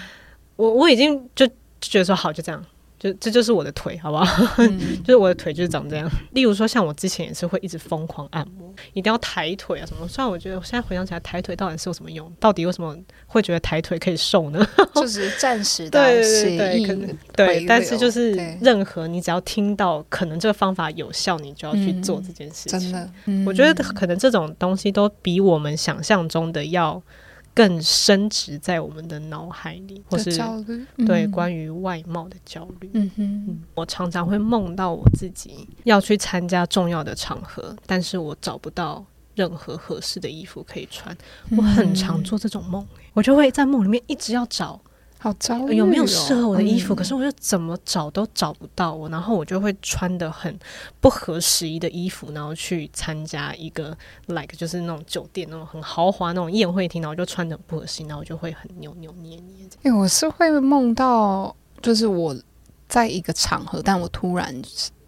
我我已经就就觉得说好就这样，就这就是我的腿，好不好？嗯就是我的腿就是长这样。 例如说，像我之前也是会一直疯狂按摩，一定要抬腿啊什么。虽然我觉得我现在回想起来，抬腿到底是有什么用？到底为什么会觉得抬腿可以瘦呢？就是暂时对的对协对，可议能，对，回但是流就是对任何你只要听到可能这个方法有效，你就要去嗯做这件事情。真的，嗯我觉得可能这种东西都比我们想象中的要更深植在我们的脑海里，或的是焦虑，对嗯关于外貌的焦虑。嗯哼，我常常会梦到我自己要去参加重要的场合，但是我找不到任何合适的衣服可以穿。我很嗯常做这种梦、欸我就会在梦里面一直要找好焦呃虑，哦有没有适合我的衣服，嗯可是我就怎么找都找不到我，然后我就会穿的很不合时宜的衣服，然后去参加一个 like 就是那种酒店那种很豪华那种宴会厅，然后就穿的不合时宜，然后我就会很扭扭捏捏这样。因为我是会梦到，就是我在一个场合，但我突然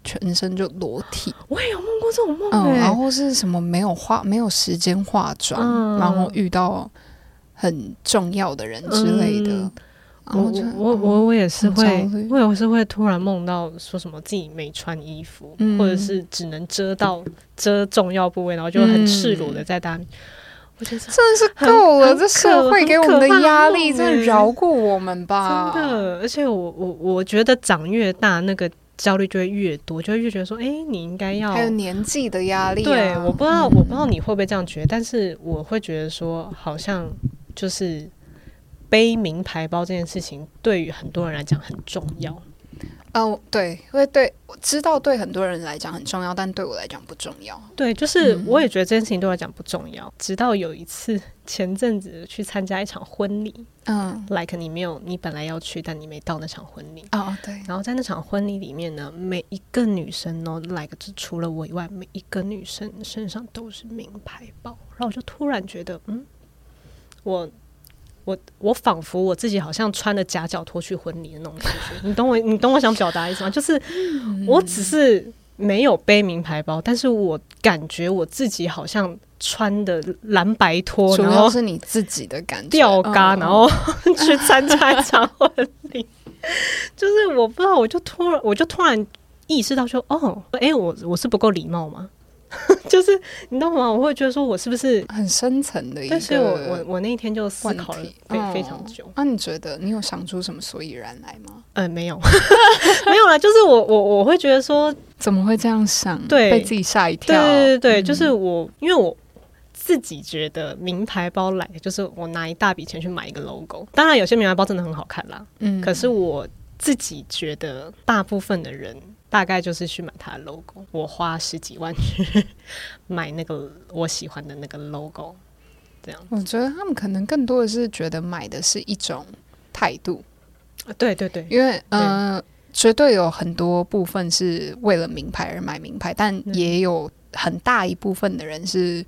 全身就裸体，我也有梦过这种梦、嗯，欸，然后是什么没有化，没有时间化妆，嗯然后遇到很重要的人之类的，嗯然我后就我我我我也是很会焦虑，我也是会突然梦到说什么自己没穿衣服，嗯或者是只能遮到遮重要部位，然后就很赤裸的嗯在大面。我觉得这真的是够了，很这社会给我们的压力很可怕哦真的饶过我们吧，真啊的，而且我我我觉得长越大，那个焦虑就会越多，就会越觉得说，哎、你应该要还有年纪的压力、啊，哦对，我不知道，嗯我不知道你会不会这样觉得，但是我会觉得说，好像就是背名牌包这件事情，对于很多人来讲很重要。嗯、对，因为对我知道对很多人来讲很重要，但对我来讲不重要。对，就是我也觉得这件事情对我来讲不重要。直到有一次，前阵子去参加一场婚礼嗯， ，like 你没有，你本来要去，但你没到那场婚礼。哦，对，然后在那场婚礼里面呢，每一个女生哦，like 就除了我以外，每一个女生身上都是名牌包。然后我就突然觉得，嗯，我我我仿佛我自己好像穿了夹脚拖去婚礼的那种感觉。你懂我，你懂我想表达的意思吗？就是嗯我只是没有背名牌包，但是我感觉我自己好像穿的蓝白拖，主然要后是你自己的感觉，吊嘎，嗯然后去参加一场婚礼。就是我不知道，我就突然，我就突然意识到说，哦，诶，我我是不够礼貌吗？ 就是你懂吗？我会觉得说我是不是？很深层的一个但问是题。我我我那一天就思考了非非常久哦。那、你觉得你有想出什么所以然来吗？呃，没有， 没有啦，就是我我我会觉得说，怎么会这样想？对被自己吓一跳。对对对对，嗯就是我因为我。自己觉得名牌包来，就是我拿一大笔钱去买一个 logo。当然，有些名牌包真的很好看啦，嗯可是我自己觉得，大部分的人大概就是去买它的 logo。我花十几万去买那个我喜欢的那个 logo，这样。我觉得他们可能更多的是觉得买的是一种态度，对对对，因为呃，绝对有很多部分是为了名牌而买名牌，但嗯也有很大一部分的人是。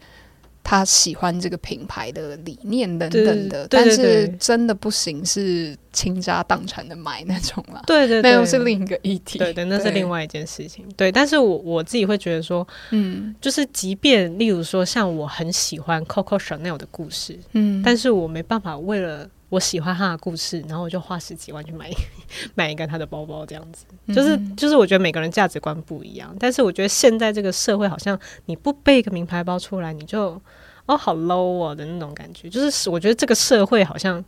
他喜欢这个品牌的理念等等的，对对对对但是真的不行，是倾家荡产的买那种啦。对对那又是另一个议题。对对，那是另外一件事情。对，但是我我自己会觉得说，嗯就是即便例如说，像我很喜欢 Coco Chanel 的故事，嗯，但是我没办法为了我喜欢他的故事，然后我就花十几万去买 买一个他的包包，这样子。就是嗯就是，我觉得每个人价值观不一样，但是我觉得现在这个社会好像你不背一个名牌包出来，你就哦好 low 哦的那种感觉。就是我觉得这个社会好像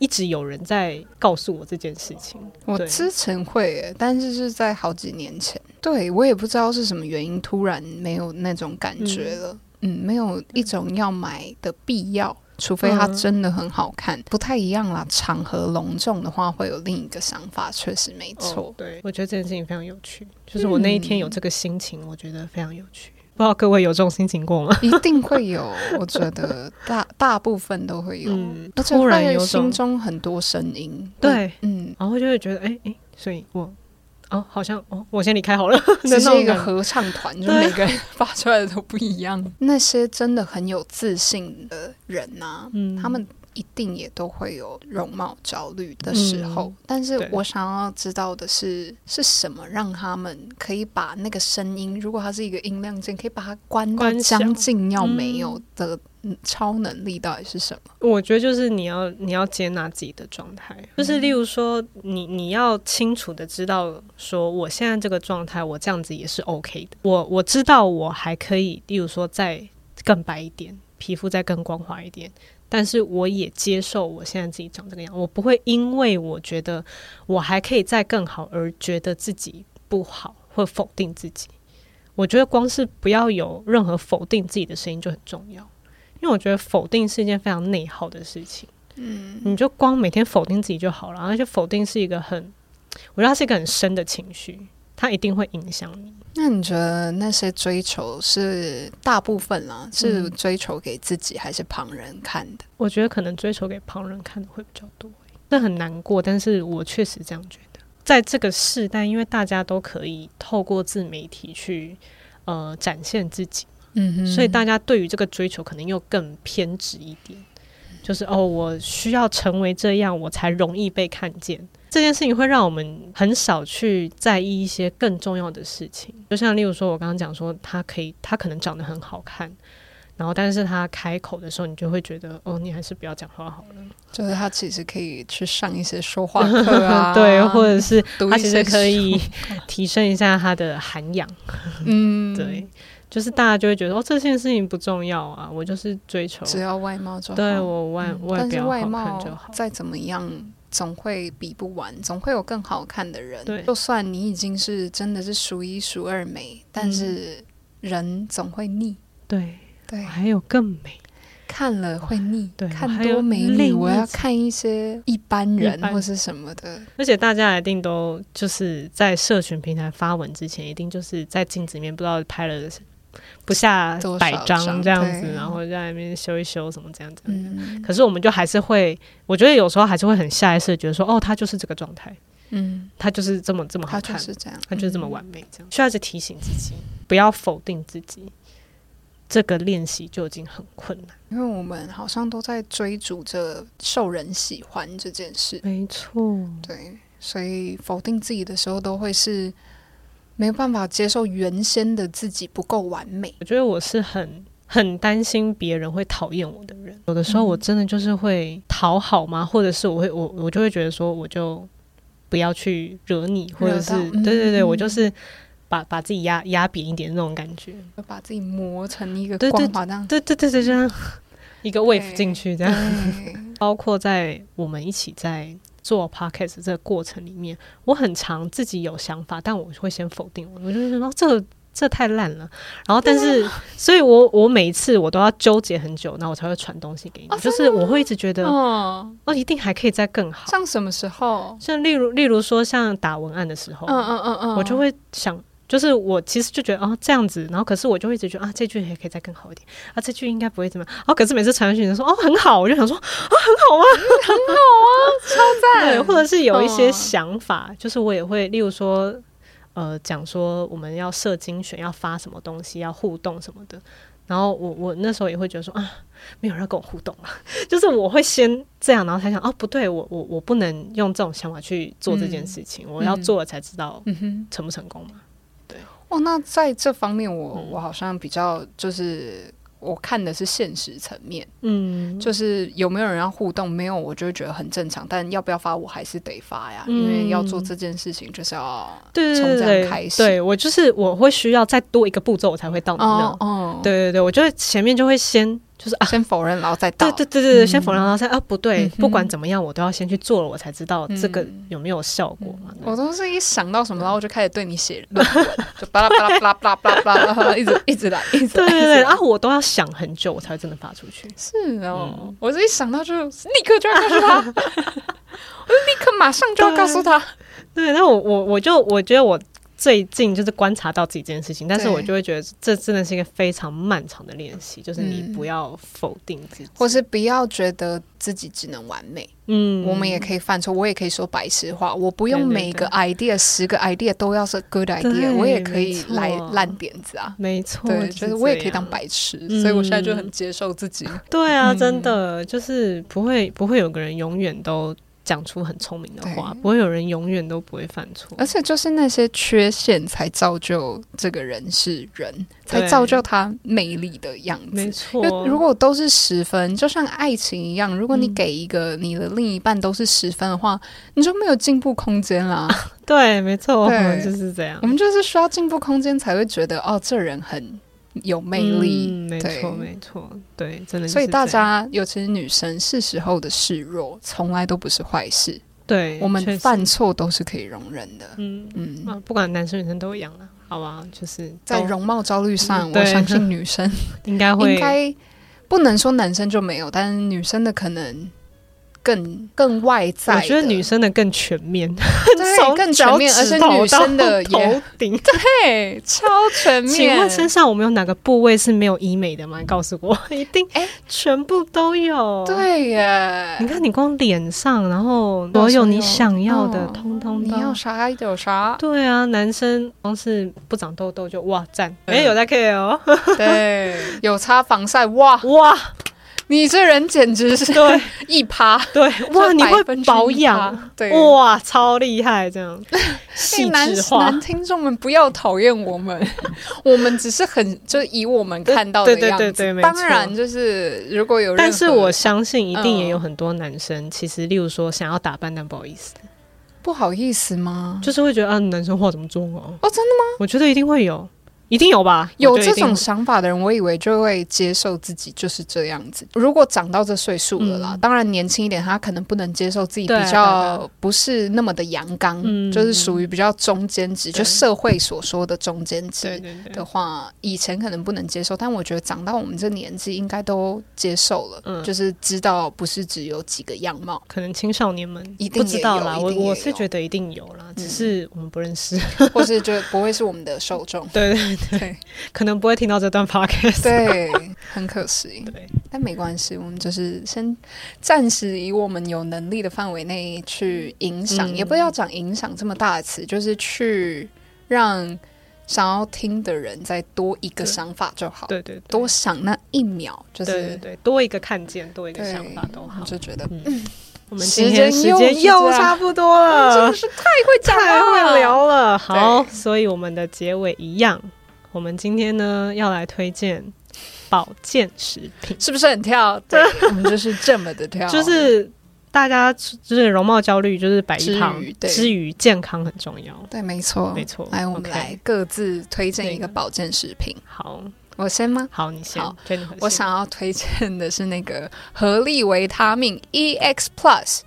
一直有人在告诉我这件事情。我对之前会耶，但是是在好几年前。对我也不知道是什么原因，突然没有那种感觉了。嗯没有一种要买的必要，除非它嗯真的很好看，不太一样啦。场合隆重的话，会有另一个想法，确实没错。哦对，我觉得这件事情非常有趣。就是我那一天有这个心情，我觉得非常有趣。不知道各位有这种心情过吗？一定会有，我觉得大大部分都会有，嗯而且突然会有种心中很多声音。对，嗯， 然后就会觉得，哎、哎、所以我哦，好像哦，我先离开好了。 只那是种一个感觉合唱 团，就对每个人发 出来的都不一样。那些真的很有自信的人呐、啊嗯他们一定也都会有容貌焦虑的时候，嗯但是对我想要知道的是，是什么让他们可以把那个声音，如果它是一个音量键，可以把它关到关小将近要没有的嗯超能力到底是什么？我觉得就是你要你要接纳自己的状态，就是例如说你你要清楚的知道说我现在这个状态，我这样子也是 OK 的。我我知道我还可以，例如说再更白一点，皮肤再更光滑一点，但是我也接受我现在自己长这个样，我不会因为我觉得我还可以再更好而觉得自己不好或否定自己。我觉得光是不要有任何否定自己的声音就很重要。因为我觉得否定是一件非常内耗的事情。嗯，你就光每天否定自己就好了，而且否定是一个很，我觉得它是一个很深的情绪，它一定会影响你。那你觉得那些追求是大部分啦，是嗯追求给自己还是旁人看的？我觉得可能追求给旁人看的会比较多，欸那很难过，但是我确实这样觉得。在这个世代，因为大家都可以透过自媒体去呃展现自己。嗯哼所以大家对于这个追求可能又更偏执一点，就是哦，我需要成为这样，我才容易被看见。这件事情会让我们很少去在意一些更重要的事情，就像例如说，我刚刚讲说，他可以，他可能长得很好看，然后但是他开口的时候，你就会觉得，哦，你还是不要讲话好了。就是他其实可以去上一些说话课啊， 对，或者 是读一他其些实可以书，提升一下他的涵养。嗯，对，，就是大家就会觉得，哦，这件事情不重要啊，我就是追求只要外貌就好。对我外、嗯外但是表外好貌看就好。再怎么样，总会比不完，总会有更好看的人。对就算你已经是真的是数一数二美，但是人总会腻。嗯对，对，还有更美。看了会腻。对看还有多美女，另我一要种看一些一般人一般或是什么的。而且大家一定都就是在社群平台发文之前，一定就是在镜子里面不知道拍了不下多少百张张这样子，对然后在那边修一修什么这样子。嗯可是我们就还是会，我觉得有时候还是会很下意识地觉得说，哦，他就是这个状态，嗯，他就是这么这么他好看，就是这样，他就是这么嗯完美，这样、需要一直提醒自己，不要否定自己。这个练习就已经很困难，因为我们好像都在追逐着受人喜欢这件事，没错。对，所以否定自己的时候都会是没有办法接受原先的自己不够完美。我觉得我是很很担心别人会讨厌我的人，有的时候我真的就是会讨好吗？或者是我会我我就会觉得说我就不要去惹你，或者是、惹到嗯对对对，嗯我就是把把自己压压扁一点那种感觉，就把自己磨成一个对对光滑这 样。对对对对，这样一个 wave 进去这样。对，包括在我们一起在做 podcast 这个过程里面，我很常自己有想法，但我会先否定我，我就觉得哦这这太烂了。然后，但是，所以我我每一次我都要纠结很久，那我才会传东西给你，哦就是我会一直觉得哦哦，一定还可以再更好。像什么时候？像例如例如说像打文案的时候，嗯嗯嗯嗯，哦我就会想。就是我其实就觉得哦这样子，然后可是我就会一直觉得啊这句也可以再更好一点啊这句应该不会怎么样，然后可是每次传上去你就说哦很好，我就想说对，赞或者是有一些嗯想法，就是我也会，例如说，呃，讲说我们要设精选，要发什么东西，要互动什么的。然后我我那时候也会觉得说啊，没有人要跟我互动啊， 就是我会先这样，然后才想哦，不对，我我我不能用这种想法去做这件事情，我要嗯做了才知道嗯哼。成不成功嘛。哦，那在这方面我，我、嗯好像比较就是我看的是现实层面，嗯，就是有没有人要互动，没有我就会觉得很正常，但要不要发我还是得发呀，因为要做嗯这件事情就是要对从对这样对开对，始对我就是我会需要再多一个步骤，我才会到你那。哦哦，，对对对，我就会前面就会先就是啊，先否认，然后再道对对对对对，先否认，然后再啊，不嗯对，嗯哼嗯不管怎么样，我都要先去做了，我才知道这个有没有效果嘛。我都是一想到什么，然后我就开始对你写论文，就巴拉巴拉巴拉巴拉巴拉巴拉，一直一直来，一直对来，对一直来对，啊，我都要想很久，我才会真的发出去。是哦，我是一想到就立刻就要告诉他，我 就立刻马上就要告诉他，对，那我我我就我觉得我最近就是观察到自己这件事情，但是对我就会觉得这真的是一个非常漫长的练习，就是你嗯不要否定自己，或是不要觉得自己只能完美，嗯我们也可以犯错，我也可以说白痴话，我不用对对每个 idea 十个 idea 都要是 good 对 idea，我也可以没错来烂点子啊。没错，对，就就是是我也这可以当样白痴，嗯所以我现在就很接受自己。对啊，嗯真的就是不会不会有个人永远都讲出很聪明的话，对不会有人永远都不会犯错。而且就是那些缺陷才造就这个人是人，才对造就他魅力的样没子。因错，为如果都是十分，就像爱情一样，如果你嗯给一个你的另一半都是十分的话，你就没有进步空间啦。对，没错，对就是这样我，们就是需要进步空间才会觉得哦，这人很有魅力。嗯没对错，没错，对，真的嗯就是这样。所以大家，尤其是女生，是时候的示弱，从来都不是坏事。对我们确实犯错都是可以容忍的。嗯嗯，啊，不管男生女生都一样啊，好吧，就是在都容貌焦虑上，嗯我对相 信女生应该会应该不能说男生就没有，但是女生的可能更更外在我的，觉得女生的更全面，对 从更脚全面，而趾且头女生的到也头顶。对超全面。请问身上有没有哪个部位是没有医美的吗？你告诉我， 一定哎全部都有。，对耶，你看你光脸上，然后所有你想要的，嗯通通你都，要。啥就有啥 对啊，男生光是不长痘痘就哇赞，嗯没、有在 care 哦，对，有擦防晒哇， 哇你这人简直是对一趴对 哇这你会1%保养，对。哇超厉害这 样，哎细男致化男，听众们不要讨厌我 们，我们只是很就以我们看到的对对样子。对对没当错然就是如果有任何，但是我相信一定也嗯有很多男生，其实例如说想要打扮，但不好意思，不好意思吗？就是会觉得啊，男生化怎么妆哦？哦，真的吗？我觉得一定会有，一定有吧？有我觉得这一定种想法的人，我以为就会接受自己就是这样子。如果长到这岁数了啦，嗯当然年轻一点，他可能不能接受自己对啊比对较不是那么的阳刚，嗯就是属于比较中间值，对就社会所说的中间对值对对的话，以前可能不能接受，但我觉得长到我们这年纪，应该都接受了，嗯就是知道不是只有几个样 貌。可能青少年们一定不知道啦，也有一我定也有嗯我是觉得一定有啦，只是我们不认识，，或是就不会是我们的受众对对对 对，可能不会听到 这段 podcast。对，很可惜。对但没关系，我们就是先暂时以我们有能力的范围内去影响，嗯也不要讲影响这么大的词，就是去让想要听的人再多一个对想法就好，对对对，多想那一秒，就对对是对，多一个看见，多一个对想法都好我。就觉得我们今天时时间又间是这又样 差不多 真了的，是太会讲了，啊太会聊了。好，对所以我们的结尾一样，我们今天呢要来推荐保健食品。是不是很跳？ 对，我们就是啊这么的跳，就是大家就是容貌焦虑，就是百之一糖余对之余健康很重要。对，没错，没错来，我们 OK 来各自推荐一个对保健食品，好我先吗？好，你先好，对你很我想要推荐的是那个合力维他命 EX Plus。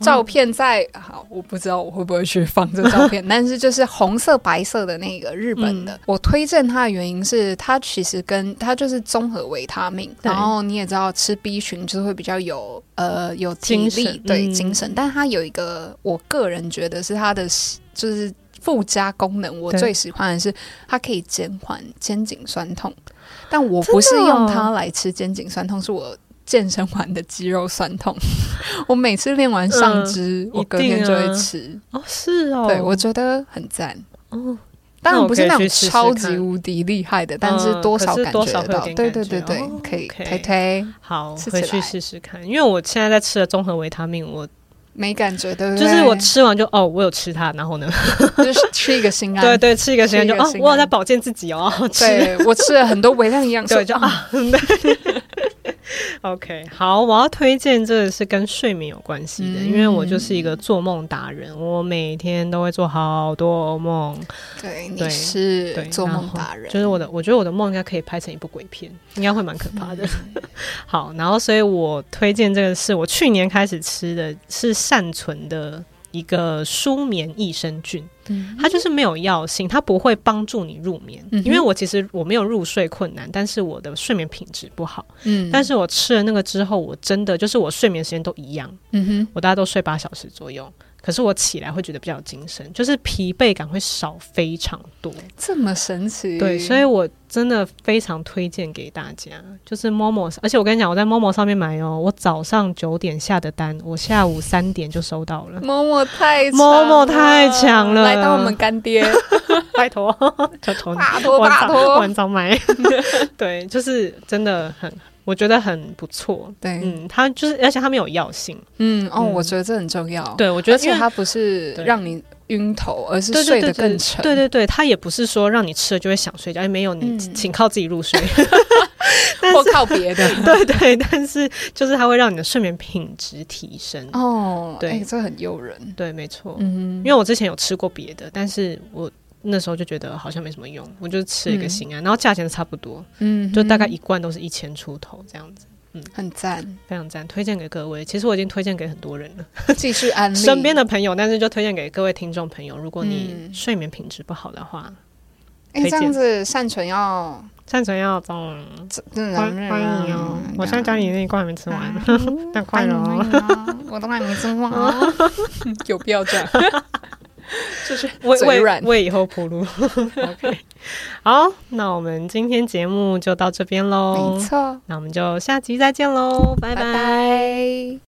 照哦片在好，我不知道我会不会去放这照 片，但是就是红色白色的那个日本嗯的，我推荐它的原因是它其实跟它就是综合维他命，对然后你也知道吃 B 群就是会比较有呃有体精力神对嗯精神，但它有一个我个人觉得是它的就是附加功能，我对最喜欢的是它可以减缓肩颈酸痛，但我不是用哦它来吃肩颈酸痛，是我健身完的肌肉酸痛。 我每次练完上嗯肢，我隔天就会吃。哦是哦，对，我觉得很赞。哦当然不是那那我种可以去试试看嗯超级无敌厉害的，但是多少感可是多觉少得会有到。点对感对觉对对，哦可以 OK 推推，好吃起回去来试试看，因为我现在在吃的综合维他命，我没感觉对不对？就是我吃完就哦，我有吃它，然后呢， 就是吃一个心安。对对，吃一个时间就吃一个哦心，安我有在保健自己哦， 吃对，我吃了很多微量营养素，对就啊。OK，好，我要推荐这个是跟睡眠有关系的，嗯因为我就是一个做梦达人，我每天都会做好多梦，对，你对是对，做然梦后达人，就是我的，我觉得我的梦应该可以拍成一部鬼片，应该会蛮嗯可怕的。好，然后所以我推荐这个是我去年开始吃的，是善存的一个舒眠益生菌，嗯它就是没有药性，它不会帮助你入眠。嗯哼因为我其实我没有入睡困难，但是我的睡眠品质不好。嗯， 但是我吃了那个之后，我真的就是我睡眠时间都一样，嗯哼，我大概都睡八小时左右。可是我起来会觉得比较有精神，就是疲惫感会少非常多。这么神奇，。对，所以我真的非常推荐给大家，就是 Momo，而且我跟你讲，我在 Momo 上面买哦，我早上九点下的单，我下午三点就收到 了默默太强默默太强了来当我们干 爹，拜托， 求求你，拜托晚拜 上托。晚上买。对，就是真的很，我觉得很不错。对，嗯，它就是，而且它没有药性。嗯，哦，嗯我觉得这很重要。，对，我觉哦而得因且为它不是对让你晕头，而是对睡对得对更对沉。 对对对，它也不是说让你吃了就会想睡觉，哎，没有，你嗯请靠自己入 睡。或靠别的。对对，但是就是它会让你的睡眠品质提升。哦，对哎这很诱人。对，没错。嗯因为我之前有吃过别的，但是我那时候就觉得好像没什么用，我就吃了一个心安，然后价钱差不多，嗯就大概一罐都是一千出头这样子，很 赞，非常赞，推荐给各位。其实我已经推荐给很多人了，继续安利身边的朋友，但是就推荐给各位听众朋友，如果你嗯睡眠品质不好的话，哎，推这荐样子善存要善存要中，真的啊欢欢迎哦！我现在家里那一罐还没 吃完，但快了啊哦。我都还没吃 过哦，有必要这样？就是为嘴为软为以后 铺路。OK，好， 那我们今天节目就到这边喽没。错，哦那我们就下集再见喽，拜拜拜。拜。